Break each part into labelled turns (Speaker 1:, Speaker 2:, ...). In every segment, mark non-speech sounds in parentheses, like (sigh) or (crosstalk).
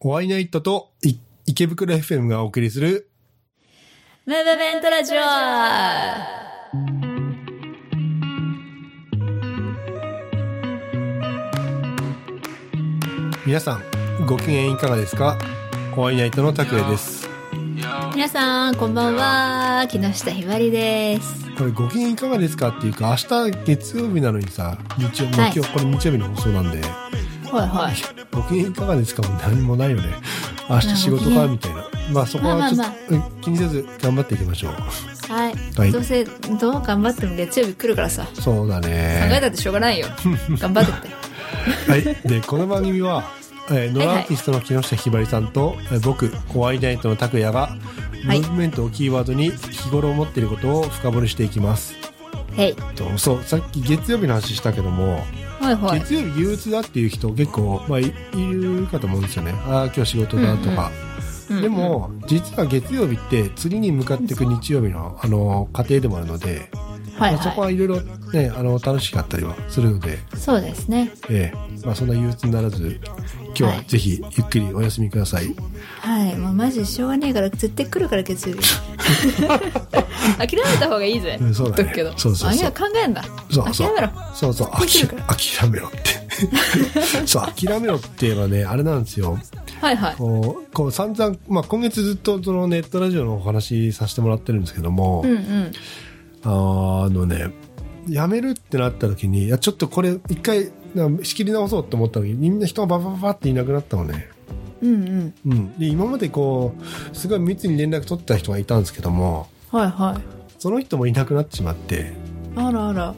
Speaker 1: お会いナイトとい池袋 FM がお送りする、
Speaker 2: ムーブメントラジオ
Speaker 1: 皆さん、ご機嫌いかがですかお会いナイトの拓也です。
Speaker 2: 皆さん、こんばんは。木下ひばりです。
Speaker 1: これご機嫌いかがですかっていうか、明日月曜日なのにさ、日曜日、もう
Speaker 2: はい
Speaker 1: 今日これ日曜日の放送なんで、
Speaker 2: はいはい。
Speaker 1: ご機嫌いかがですかもう何もないよね。明日仕事かみたいな。まあそこはちょっと、
Speaker 2: まあ
Speaker 1: うん気にせず頑張っていきましょ
Speaker 2: はい。
Speaker 1: はい
Speaker 2: どうせ、どう頑張っても月曜日来るからさ。
Speaker 1: う。そうだ
Speaker 2: 考えた
Speaker 1: ね。
Speaker 2: ってしょう
Speaker 1: (laughs)
Speaker 2: がないよ。頑張ってって。
Speaker 1: はい。で、この番組は、えーノラアーティストの木下ひばりさんと、えー僕、お会いナイトの拓也が、ム
Speaker 2: い
Speaker 1: ーブメントをキーワードに日頃思っていることを深掘りしていきます。
Speaker 2: へい。
Speaker 1: とそう、さっき月曜日の話したけども、
Speaker 2: はいはい。
Speaker 1: 月曜日憂鬱だっていう人結構、まあ、いいるかと思うんですよねああ今日仕事だとか、
Speaker 2: うん
Speaker 1: で、も実は月曜日って釣りに向かっていく日曜日のあの過程でもあるので、
Speaker 2: はい
Speaker 1: まあ、そこ
Speaker 2: は
Speaker 1: はいろいろねあの楽しかったりはするので、
Speaker 2: い。そうですね。
Speaker 1: ええまあ、そんな憂鬱にならず今日はぜひゆっくりお休みください、
Speaker 2: はい。もうマジしょうがねえから、絶対来るから月
Speaker 1: (laughs)
Speaker 2: 曜日。諦めた方がいいぜ。
Speaker 1: うんそうだね
Speaker 2: 言っとくけど。
Speaker 1: そうそうそう
Speaker 2: あいや、考えんだ。
Speaker 1: そうそう
Speaker 2: 諦めろ。
Speaker 1: そうそうあき
Speaker 2: できるか
Speaker 1: 諦めろって (laughs) そう諦めろって言えばねあれなんですよ
Speaker 2: はいはい。
Speaker 1: こうこう散々、まあ、今月ずっとそのネットラジオのお話しさせてもらってるんですけども、
Speaker 2: うんうん。
Speaker 1: あのね、やめるってなった時に、いや、ちょっとこれ、一回、な仕切り直そうと思った時に、みんな人がババババっていなくなったのね。
Speaker 2: うんうん。
Speaker 1: うん。で、今までこう、すごい密に連絡取ってた人がいたんですけども、
Speaker 2: はいはい。
Speaker 1: その人もいなくなってしまって、
Speaker 2: あらあら。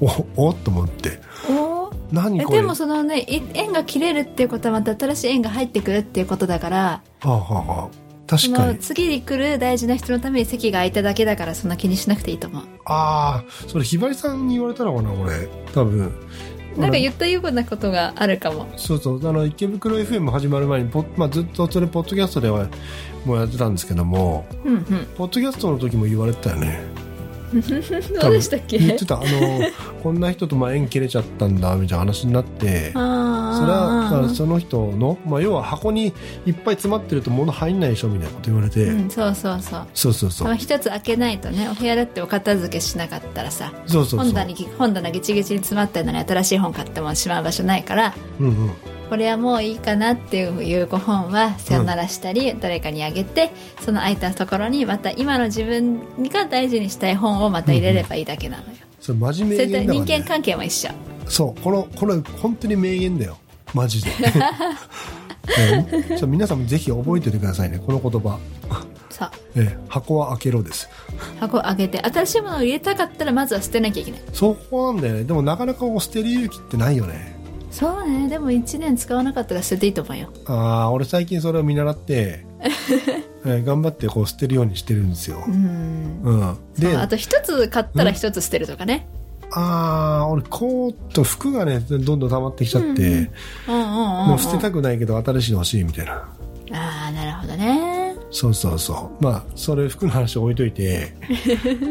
Speaker 1: お、おっと思って、
Speaker 2: おー
Speaker 1: 何
Speaker 2: え
Speaker 1: これ。
Speaker 2: でもそのねい縁が切れるっていうことはまた新しい縁が入ってくるっていうことだから
Speaker 1: はあ、はあはあ、確か
Speaker 2: その
Speaker 1: に。
Speaker 2: 次に来る大事な人のために席が空いただけだからそんな気にしなくていいと思う
Speaker 1: ああ、それひばりさんに言われたのかな、これ。多分。
Speaker 2: なんか言ったようなことがあるかも
Speaker 1: そうそう、あの、池袋 FM 始まる前に、ポまあ、ずっとそれ、ポッドキャストでは、もうやってたんですけども、
Speaker 2: うんうん
Speaker 1: ポッドキャストの時も言われてたよね。
Speaker 2: どうでしたっけ
Speaker 1: 言ってた、あの、こんな人とまあ縁切れちゃったんだ、みたいな話になって、
Speaker 2: あ
Speaker 1: それは、ま
Speaker 2: あ
Speaker 1: あその人の、まあ、要は箱にいっぱい詰まってると物入んないでしょ、みたいなこと言われて、
Speaker 2: うん、そうそうそう
Speaker 1: そうそう
Speaker 2: そ
Speaker 1: そ
Speaker 2: の
Speaker 1: う。
Speaker 2: 一つ開けないとねお部屋だってお片付けしなかったらさ
Speaker 1: そうそうそう。
Speaker 2: 本棚に本棚ギチギチに詰まってるのに新しい本買ってもしまう場所ないから
Speaker 1: うんうん。
Speaker 2: これはもういいかなっていうご本はさよならしたり、誰かにあげてその空いたところにまた今の自分が大事にしたい本をまた入れればいいだけなのよ、
Speaker 1: それ、真面目
Speaker 2: それ
Speaker 1: に
Speaker 2: と
Speaker 1: 言うんだか
Speaker 2: 人
Speaker 1: ら
Speaker 2: 間
Speaker 1: ね
Speaker 2: 関係も一緒
Speaker 1: そう、この、これ、本当に名言だよ。マジで。 (laughs) ねちょっと皆さんもぜひ覚えておいてくださいね、この言葉。
Speaker 2: さ
Speaker 1: ええ箱は開けろです。
Speaker 2: あ箱を開けて新しいものを入れたかったらまずは捨てなきゃいけない
Speaker 1: そこなんだよね。でもなかなかこう捨てる勇気ってないよね。
Speaker 2: そうねでも1年使わなかったら捨てていいと思うよ
Speaker 1: ああ、俺最近それを見習
Speaker 2: (laughs)
Speaker 1: って、えー頑張ってこう捨てるようにしてるんですよ
Speaker 2: う。ん
Speaker 1: うん。で、
Speaker 2: あ
Speaker 1: あ
Speaker 2: と1つ買ったら1つ捨てるとかね
Speaker 1: あー、俺コート、服がね、どんどん溜まってきちゃって、
Speaker 2: うんうんうんうん、うん、
Speaker 1: もう捨てたくないけど新しいの欲しいみたいな。
Speaker 2: ああなるほどね
Speaker 1: そうそうそう。まあ、それ服の話置いとい
Speaker 2: (laughs)
Speaker 1: て、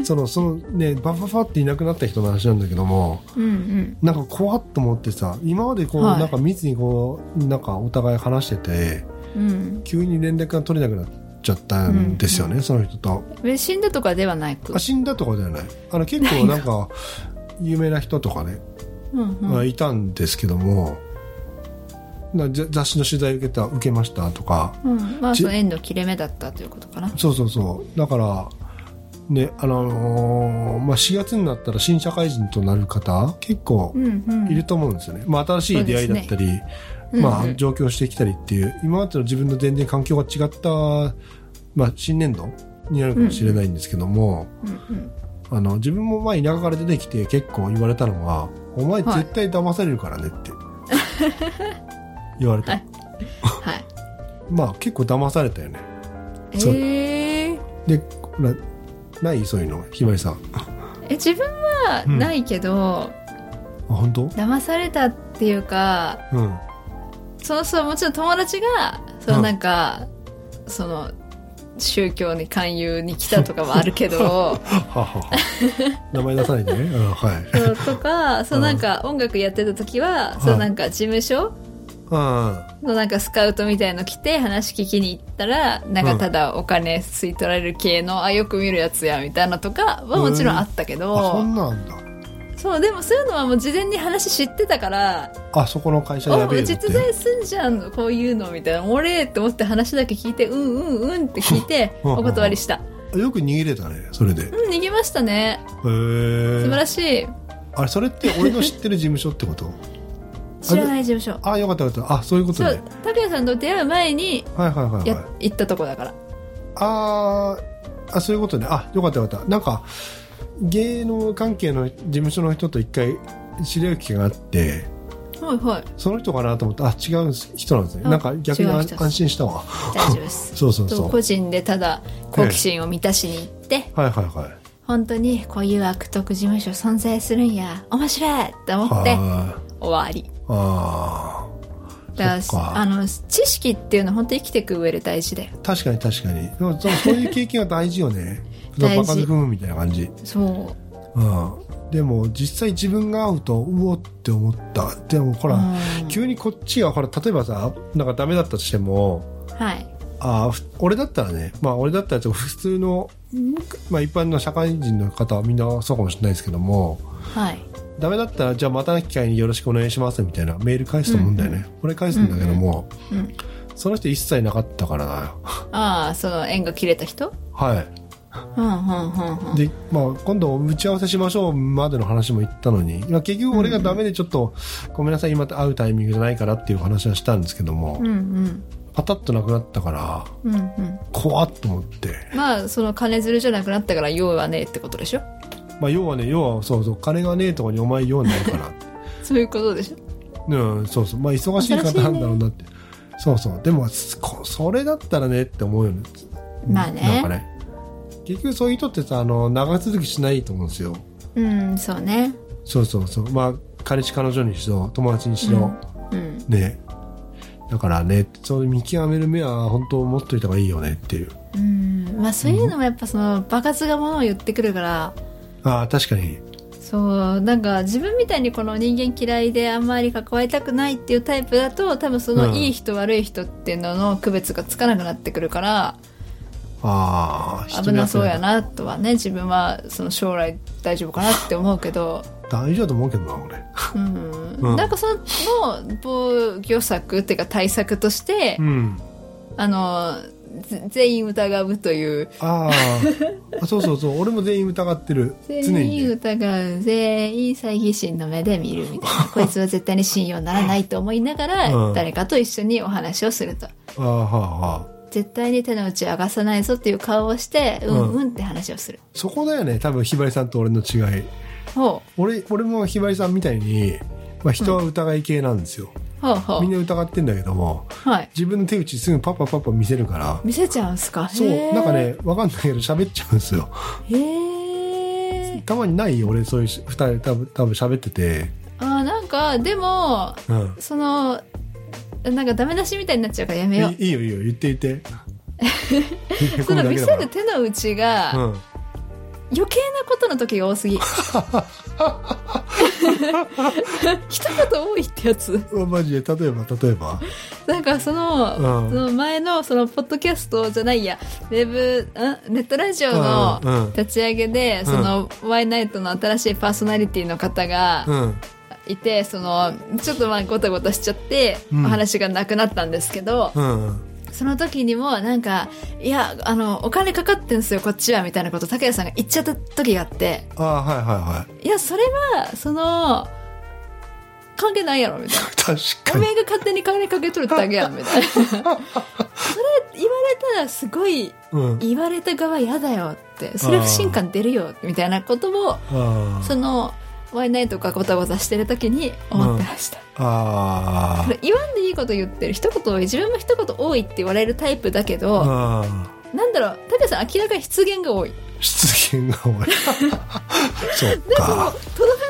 Speaker 1: その、そのね、バッバッバッっていなくなった人の話なんだけども、
Speaker 2: うんうん
Speaker 1: なんか怖っと思ってさ、今までこう、
Speaker 2: はい
Speaker 1: なんか密にこう、なんかお互い話してて、
Speaker 2: うん
Speaker 1: 急に連絡が取れなくなっちゃったんですよね、その人と。
Speaker 2: え死んだとかではなく
Speaker 1: あ死んだとかではない。あの結構なんか、有名な人とかね、
Speaker 2: うんうん
Speaker 1: まあいたんですけども、なざ雑誌の取材受けた、受けましたとか、
Speaker 2: うん、まあ
Speaker 1: じ
Speaker 2: その縁の切れ目だったということかな
Speaker 1: そうそうそう。だから、ね、あのーまあ、4月になったら新社会人となる方、結構
Speaker 2: うんうん
Speaker 1: いると思うんですよね。まあ、新しい出会いだったり、
Speaker 2: うん
Speaker 1: ま
Speaker 2: う
Speaker 1: あ、
Speaker 2: ん
Speaker 1: 上京してきたりっていう、今までの自分の全然環境が違った、まあ、新年度になるかもしれないんですけども、
Speaker 2: うんうん
Speaker 1: あの、自分もまあ、田舎から出てきて結構言われたのは、お前
Speaker 2: はい
Speaker 1: 絶対騙されるからね
Speaker 2: (laughs)
Speaker 1: って、言われた。
Speaker 2: はいはい
Speaker 1: まあ、結構騙されたよね。そう
Speaker 2: えー、
Speaker 1: で、これないそういうの、ひまりさん。
Speaker 2: え自分は
Speaker 1: うん
Speaker 2: ないけど、
Speaker 1: あ本当
Speaker 2: 騙されたっていうか
Speaker 1: うん
Speaker 2: そのそうもちろん友達がそうの
Speaker 1: ん
Speaker 2: なんか、その宗教に勧誘に来たとかはあるけど
Speaker 1: ははは名前出さないでね、うん、はい
Speaker 2: そうとかそうなんか音楽やってた時は、そう
Speaker 1: はい
Speaker 2: なんか事務所
Speaker 1: あ
Speaker 2: のなんかスカウトみたいの来て話聞きに行ったらなん
Speaker 1: う
Speaker 2: か
Speaker 1: ん
Speaker 2: ただお金吸い取られる系の、あよく見るやつやみたいなとかはもちろんあったけ
Speaker 1: あそ
Speaker 2: ど、
Speaker 1: んなんだ
Speaker 2: そうでもそういうのはもう事前に話知ってたから
Speaker 1: あそこの会
Speaker 2: 「
Speaker 1: 社や
Speaker 2: お
Speaker 1: べえぞっ
Speaker 2: 実
Speaker 1: て
Speaker 2: 在すんじゃんこういうの」みたいな「おれ!」って思って話だけ聞いて「うんうんうん」って聞いて
Speaker 1: (laughs) うんうんうん
Speaker 2: お断りした
Speaker 1: よく逃げれたねそれでへ
Speaker 2: うん逃げましたね素晴
Speaker 1: え
Speaker 2: らしい
Speaker 1: あれそれって俺の知ってる事務所ってこと
Speaker 2: 知らない事務所
Speaker 1: あよかったよかったあそういうこと
Speaker 2: そう
Speaker 1: ね
Speaker 2: 拓哉さんと出会う前に
Speaker 1: はいはいはい
Speaker 2: や、
Speaker 1: はい
Speaker 2: 行ったとこだから
Speaker 1: あーあそういうことねあよかったよかったなんか芸能関係の事務所の人と一回知り合う機会があって
Speaker 2: はいはい
Speaker 1: その人かなと思ったあ違う人なんですね
Speaker 2: あ
Speaker 1: なんか逆に
Speaker 2: 違う
Speaker 1: 安
Speaker 2: 人です
Speaker 1: 安心したわ
Speaker 2: 大丈夫です
Speaker 1: そうそう
Speaker 2: と
Speaker 1: そう
Speaker 2: 個人でただ好奇心を満たしに行って、
Speaker 1: はいはいはい
Speaker 2: 本当にこういう悪徳事務所存在するんや面白いって思って
Speaker 1: は
Speaker 2: 終わり
Speaker 1: いあ
Speaker 2: だ
Speaker 1: そ
Speaker 2: か
Speaker 1: っ
Speaker 2: ら
Speaker 1: か
Speaker 2: あの知識っていうのは本当に生きていく上で大事だよ
Speaker 1: ー確かに確かにでもそうそういう経験は大事よね
Speaker 2: (laughs) 大事
Speaker 1: バカで踏むみたいな感じ
Speaker 2: そう
Speaker 1: うんでも実際自分が会うとうおって思ったでもほら、
Speaker 2: うん
Speaker 1: 急にこっちがほら例えばさなんかダメだったとしても
Speaker 2: はい
Speaker 1: あーふ俺だったらね、まあ、俺だったらちょっと普通の、まあ、一般の社会人の方はみんなそうかもしれないですけども
Speaker 2: はい
Speaker 1: ダメだったらじゃあまたの機会によろしくお願いしますみたいなメール返すと思うんだよね、これ返すんだけども、
Speaker 2: うんうん
Speaker 1: その人一切なかったからだよ
Speaker 2: ああその縁が切れた人
Speaker 1: はい
Speaker 2: うんうんうんうん
Speaker 1: で、まあ、今度打ち合わせしましょうまでの話も言ったのに、まあ、結局俺がダメでちょっと、ごめんなさい今会うタイミングじゃないからっていう話はしたんですけども、
Speaker 2: うんうん
Speaker 1: パタッとなくなったから
Speaker 2: うんうん
Speaker 1: 怖っと思って。
Speaker 2: まあその金づるじゃなくなったから用はねえってことでしょ
Speaker 1: まあ、要はね、要は、そうそう、金がねえとかにお前用ない
Speaker 2: (laughs)
Speaker 1: から。
Speaker 2: そういうことでしょ
Speaker 1: うん、そうそう。まあ、忙しい方なんだろうなって。そうそう。でも、すこそれだったらねって思うよね。
Speaker 2: まあね
Speaker 1: なんかね。結局そういう人ってさ、あの、長続きしないと思うんですよ。
Speaker 2: うんそうね
Speaker 1: そうそうそう。まあ、彼氏彼女にしろ、友達にしろ、
Speaker 2: うん
Speaker 1: ね。だからね、そういう見極める目は本当持っといた方がいいよねっていう。
Speaker 2: うんまあそういうのもやっぱその場数がものを言ってくるから
Speaker 1: ああ、確かに。
Speaker 2: そうなんか自分みたいにこの人間嫌いであんまり関わりたくないっていうタイプだと多分そ
Speaker 1: うん
Speaker 2: のいい人悪い人っていうのの区別がつかなくなってくるから
Speaker 1: ああ、人
Speaker 2: 危
Speaker 1: によ
Speaker 2: な
Speaker 1: って
Speaker 2: そうやなとはね自分はその将来大丈夫かなって思うけど、
Speaker 1: 大丈夫だと思うけどな、俺。
Speaker 2: うん
Speaker 1: うん
Speaker 2: なんかその防御策っていうか対策として、
Speaker 1: うん。
Speaker 2: あのぜ全員疑うという
Speaker 1: あー
Speaker 2: (laughs)
Speaker 1: あそうそうそう俺も全員疑ってる常
Speaker 2: 全
Speaker 1: に
Speaker 2: 員
Speaker 1: ね
Speaker 2: 疑う全員猜疑心の目で見るみた
Speaker 1: (laughs)
Speaker 2: いなこいつは絶対に信用ならないと思いながら、
Speaker 1: うん
Speaker 2: 誰かと一緒にお話をすると
Speaker 1: あーはあはあ
Speaker 2: 絶対に手の内を明かさないぞっていう顔をして
Speaker 1: う
Speaker 2: うんんうんって話をする、
Speaker 1: そこだよね多分ひばりさんと俺の違い
Speaker 2: ほ
Speaker 1: 俺俺もひばりさんみたいに、まあ、人は疑い系なんですよ、
Speaker 2: うほうほ
Speaker 1: みん
Speaker 2: う
Speaker 1: な疑ってんだけども
Speaker 2: はい
Speaker 1: 自分の手打ちすぐパッパパッパ見せるから
Speaker 2: 見せちゃうんすか
Speaker 1: そ
Speaker 2: へ
Speaker 1: う
Speaker 2: ー
Speaker 1: なんかねわかんないけど喋っちゃうんですよ
Speaker 2: へえ
Speaker 1: たまにないよ俺そういう2人多分多分喋ってて
Speaker 2: あーなんかでも
Speaker 1: うん
Speaker 2: そのなんかダメ出しみたいになっちゃうからやめよ
Speaker 1: いいいよいいよ言ってい
Speaker 2: (laughs)
Speaker 1: て
Speaker 2: その見せる
Speaker 1: て
Speaker 2: 手の内が
Speaker 1: う、ん
Speaker 2: 余計なことの時が多す
Speaker 1: (laughs)
Speaker 2: ぎ一言多いってやつ
Speaker 1: うわマジで例えば例えば
Speaker 2: なんかその,、
Speaker 1: うん
Speaker 2: その前のそのポッドキャストじゃないやウェブんネットラジオの
Speaker 1: うんうん
Speaker 2: 立ち上げで、そのワイナイトの新しいパーソナリティの方が
Speaker 1: うん
Speaker 2: いて、そのちょっとまあごたごたしちゃって、
Speaker 1: うん
Speaker 2: お話がなくなったんですけど、
Speaker 1: うん
Speaker 2: その時にもなんかいやあのお金かかってんすよこっちはみたいなこと竹谷さんが言っちゃった時があって。
Speaker 1: ああはいはい (laughs) はい
Speaker 2: いや、それは、その、関係ないやろ、みた
Speaker 1: (laughs)
Speaker 2: いな。
Speaker 1: 確か
Speaker 2: お
Speaker 1: に
Speaker 2: めえが勝手に金かけとるだけやん、みた
Speaker 1: (laughs)
Speaker 2: いな。それ言われたらすごい、
Speaker 1: うん
Speaker 2: 言われた側嫌だよって、それ不信感出るよ、みたいなことを、
Speaker 1: あー
Speaker 2: その、ワイナイトかごたごたしてる時に思ってました。
Speaker 1: あー
Speaker 2: これ言わんでいいこと言ってる。一言多い。自分も一言多いって言われるタイプだけど、
Speaker 1: あ
Speaker 2: なんだろう、タケさん明らかに失言が多い。
Speaker 1: ー失 (laughs) 言が多いそっ
Speaker 2: でも、とど
Speaker 1: か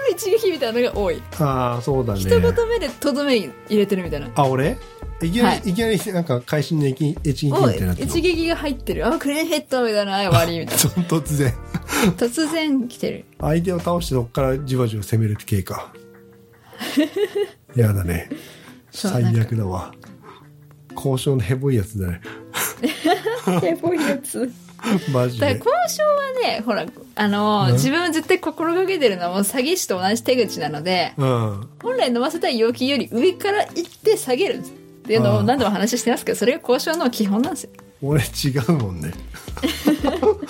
Speaker 2: めの一撃みたいなのが多い。
Speaker 1: ああそうだね
Speaker 2: 一言目でとどめ入れてるみたいな。
Speaker 1: あ俺いきなり、、
Speaker 2: はい
Speaker 1: きなりなんか会心の一撃一撃み
Speaker 2: お
Speaker 1: た
Speaker 2: い
Speaker 1: いになってる
Speaker 2: 一撃が入ってるあクレーンヘッドみたいなはい終わりみ
Speaker 1: (laughs)
Speaker 2: たい
Speaker 1: その突然
Speaker 2: な突然来てる
Speaker 1: 相手を倒してそこからじわじわ攻める系か (laughs) やだね
Speaker 2: そう
Speaker 1: 最悪だわ交渉のヘボいやつだね (laughs)
Speaker 2: やばいやつ
Speaker 1: マジ
Speaker 2: だか
Speaker 1: で
Speaker 2: ら交渉はねほらあの、
Speaker 1: ね
Speaker 2: 自分は絶対心がけてるのはもう詐欺師と同じ手口なので
Speaker 1: うん
Speaker 2: 本来飲ませたい要求より上から行って下げるっていうの
Speaker 1: あ
Speaker 2: を
Speaker 1: ー
Speaker 2: 何度も話してますけどそれが交渉の基本なんですよ
Speaker 1: 俺違うもんね (laughs)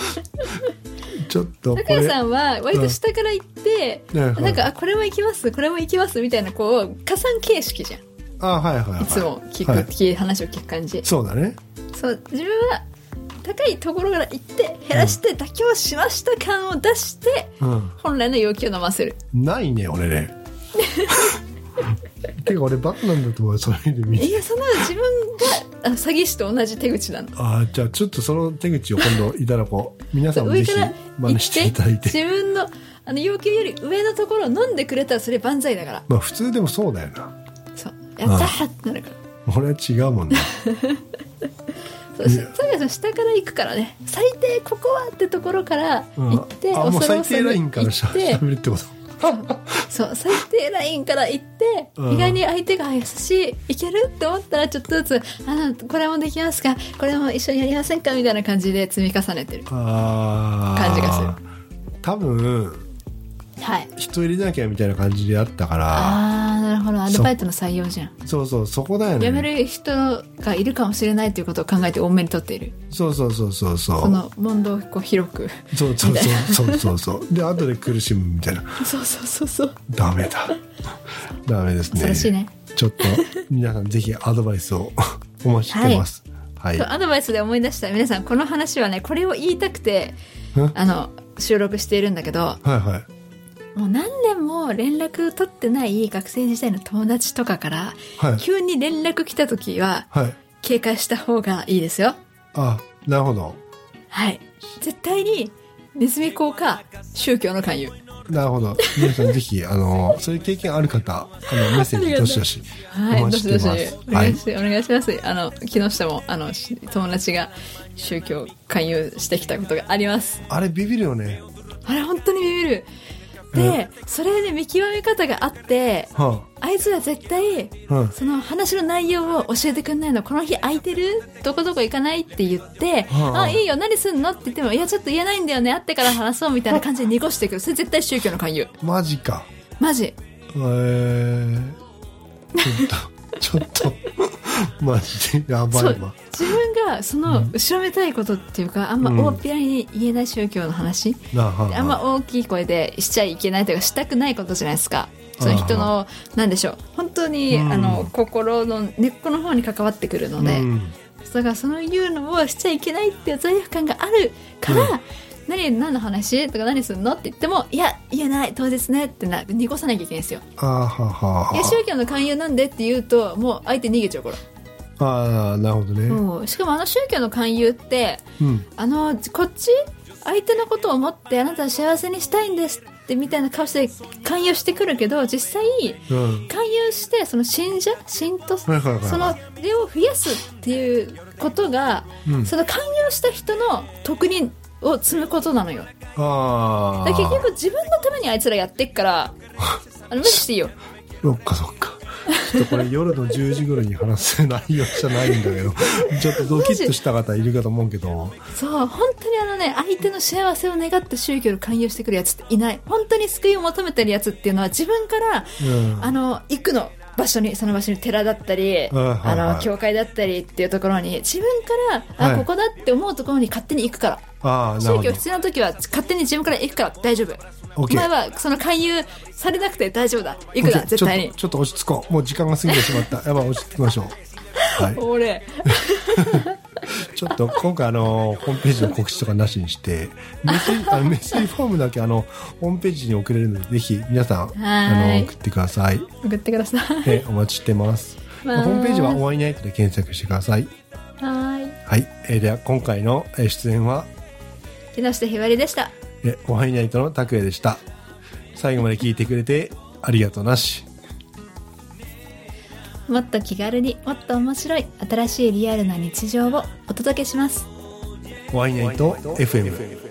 Speaker 1: ちょっとこ
Speaker 2: 中谷
Speaker 1: れ
Speaker 2: さんは割と下から行って、
Speaker 1: うんはいはい
Speaker 2: なんかあこれも行きますこれも行きますみたいなこう加算形式じゃんい
Speaker 1: あはいはいはい
Speaker 2: つも聞く、
Speaker 1: はい
Speaker 2: 聞い話を聞く感じ
Speaker 1: そうだね
Speaker 2: そう自分は高いところから行って減らして妥協しました感を出して、
Speaker 1: うん
Speaker 2: 本来の要求を飲ませる
Speaker 1: ないね俺
Speaker 2: (laughs)
Speaker 1: ねてか俺バカなんだと思うそれで見て
Speaker 2: いやそんなの自分があ詐欺師と同じ手口なの
Speaker 1: あーじゃあちょっとその手口を今度いただこう皆さんもぜ
Speaker 2: 上
Speaker 1: ひ
Speaker 2: から
Speaker 1: 真
Speaker 2: 行
Speaker 1: 似し
Speaker 2: って
Speaker 1: いただい
Speaker 2: て
Speaker 1: て
Speaker 2: 自分のあの要求より上のところを飲んでくれたらそれ万歳だから
Speaker 1: まあ普通でもそうだよな
Speaker 2: そうやったーってなるから
Speaker 1: 俺は違うもんね
Speaker 2: そうし佐賀さん下から行くからね最低ここはってところから
Speaker 1: うん
Speaker 2: 行って、
Speaker 1: あもう
Speaker 2: 恐る
Speaker 1: 最
Speaker 2: 恐
Speaker 1: 低
Speaker 2: る
Speaker 1: ラインからし
Speaker 2: 行
Speaker 1: ゃ
Speaker 2: っ
Speaker 1: してゃべるってこと
Speaker 2: そう最低ラインから行って、
Speaker 1: うん
Speaker 2: 意外に相手が優しいいけるって思ったらちょっとずつあのこれもできますかこれも一緒にやりませんかみたいな感じで積み重ねてる
Speaker 1: あー
Speaker 2: 感じがする
Speaker 1: 多分
Speaker 2: はい
Speaker 1: 人入れなきゃみたいな感じであったから
Speaker 2: ああなるほどアルバイトの採用じゃん
Speaker 1: そうそうそこだよね
Speaker 2: 辞める人がいるかもしれないということを考えて多めに取っている
Speaker 1: そうそうそうそうそう
Speaker 2: その問答をこう
Speaker 1: (laughs)
Speaker 2: 広く
Speaker 1: そうそうそうそうそうそうで後で苦しむみたいな
Speaker 2: そうそうそうそう
Speaker 1: ダメだダメですね
Speaker 2: 恐ろしいね
Speaker 1: ちょっと皆さんぜひアドバイスをお待ちしてますはい、
Speaker 2: そうアドバイスで思い出した皆さんこの話はねこれを言いたくて
Speaker 1: ん
Speaker 2: あの収録しているんだけど
Speaker 1: はいはい
Speaker 2: もう何年も連絡取ってない学生時代の友達とかから、
Speaker 1: はい
Speaker 2: 急に連絡来た時は
Speaker 1: はい
Speaker 2: 警戒した方がいいですよ
Speaker 1: あなるほど
Speaker 2: はい絶対にネズミ講か宗教の勧誘
Speaker 1: なるほど皆さんぜひあのそういう経験ある方あのメッセージどしどし
Speaker 2: はい、
Speaker 1: お
Speaker 2: ど
Speaker 1: 待
Speaker 2: し
Speaker 1: ち
Speaker 2: ど
Speaker 1: し
Speaker 2: してお
Speaker 1: ますは
Speaker 2: 願
Speaker 1: い
Speaker 2: いし、お願いします。あの、木下も、あの、し友達が宗教勧誘してきたことがあります。
Speaker 1: あれビビるよね
Speaker 2: あれ、本当にビビる。で、それで見極め方があって、
Speaker 1: は
Speaker 2: あいつら絶対、
Speaker 1: あ、うん、
Speaker 2: その話の内容を教えてくんないのこの日空いてるどこどこ行かないって言って
Speaker 1: うんうん
Speaker 2: あいいよ何すんのって言ってもいやちょっと言えないんだよね会ってから話そうみたいな感じで濁してくるそれ絶対宗教の勧誘
Speaker 1: マジか
Speaker 2: マジ
Speaker 1: えー、ちょっとちょっと (laughs) マジでやばい
Speaker 2: そう
Speaker 1: わ
Speaker 2: 自分がその後ろめたいことっていうかあんま大っぴらに言えない宗教の話、
Speaker 1: なあは
Speaker 2: あんま大きい声でしちゃいけないというかしたくないことじゃないですかその人のなんでしょう本当に、
Speaker 1: うん
Speaker 2: あの心の根っこの方に関わってくるので、
Speaker 1: うん、
Speaker 2: だからそのいうのをしちゃいけないっていう罪悪感があるから、
Speaker 1: う
Speaker 2: 何何の話とか何するのって言ってもいや言えない当日ねってな濁さなきゃいけないんですよ
Speaker 1: あははい
Speaker 2: や宗教の勧誘なんでって言うともう相手逃げちゃうから、
Speaker 1: ああなるほどね、
Speaker 2: うんしかもあの宗教の勧誘って
Speaker 1: うん、
Speaker 2: あのこっち相手のことを思ってあなたを幸せにしたいんですってみたいな顔して勧誘してくるけど実際
Speaker 1: うん、
Speaker 2: 勧誘してその信者信徒そ
Speaker 1: はいはいはいはい
Speaker 2: の手を増やすっていうことが、
Speaker 1: うん
Speaker 2: その勧誘した人の得にを積むことなのよ
Speaker 1: あ
Speaker 2: だ
Speaker 1: あ
Speaker 2: から結局自分のためにあいつらやってっから
Speaker 1: (laughs)
Speaker 2: あの無視していいよ
Speaker 1: そっかそっかちょっとこれ夜の10時頃に話せないよじゃないんだ
Speaker 2: (laughs)
Speaker 1: けどちょっとドキッとした方いるかと思うけど
Speaker 2: そう本当にあのね相手の幸せを願って宗教に勧誘してくるやつっていない本当に救いを求めてるやつっていうのは自分から
Speaker 1: うん
Speaker 2: あの行くの場所にその場所に寺だったり、
Speaker 1: うんはいはい
Speaker 2: あの教会だったりっていうところに自分から、
Speaker 1: はい
Speaker 2: あここだって思うところに勝手に行くから
Speaker 1: ああなる
Speaker 2: 宗
Speaker 1: ほ
Speaker 2: 教
Speaker 1: ど
Speaker 2: 必要な時は勝手に自分から行くから大丈夫お
Speaker 1: OK
Speaker 2: 前はその勧誘されなくて大丈夫だ行くな
Speaker 1: OK
Speaker 2: 絶対
Speaker 1: ちょ
Speaker 2: に
Speaker 1: っとちょっと落ち着こうもう時間が過ぎてしまったやばい落ち着きましょう
Speaker 2: (laughs)
Speaker 1: はい
Speaker 2: 俺
Speaker 1: ちょっと今回あのホームページの告知とかなしにしてメッセ
Speaker 2: (laughs)
Speaker 1: ージあのメッセージフォームだけあのホームページに送れるのでぜひ皆さん
Speaker 2: は
Speaker 1: あ
Speaker 2: い
Speaker 1: の送ってください
Speaker 2: 送ってください (laughs)
Speaker 1: えお待ちしてますホ
Speaker 2: わー
Speaker 1: ームページは「お会いナイト」で検索してください
Speaker 2: はい
Speaker 1: はい、えーでは今回のえー出演は
Speaker 2: 木下ひばりでした
Speaker 1: えおはイナイトの拓也でした最後まで聞いてくれてありがとうなし
Speaker 2: もっと気軽にもっと面白い新しいリアルな日常をお届けします
Speaker 1: おはイナイト FM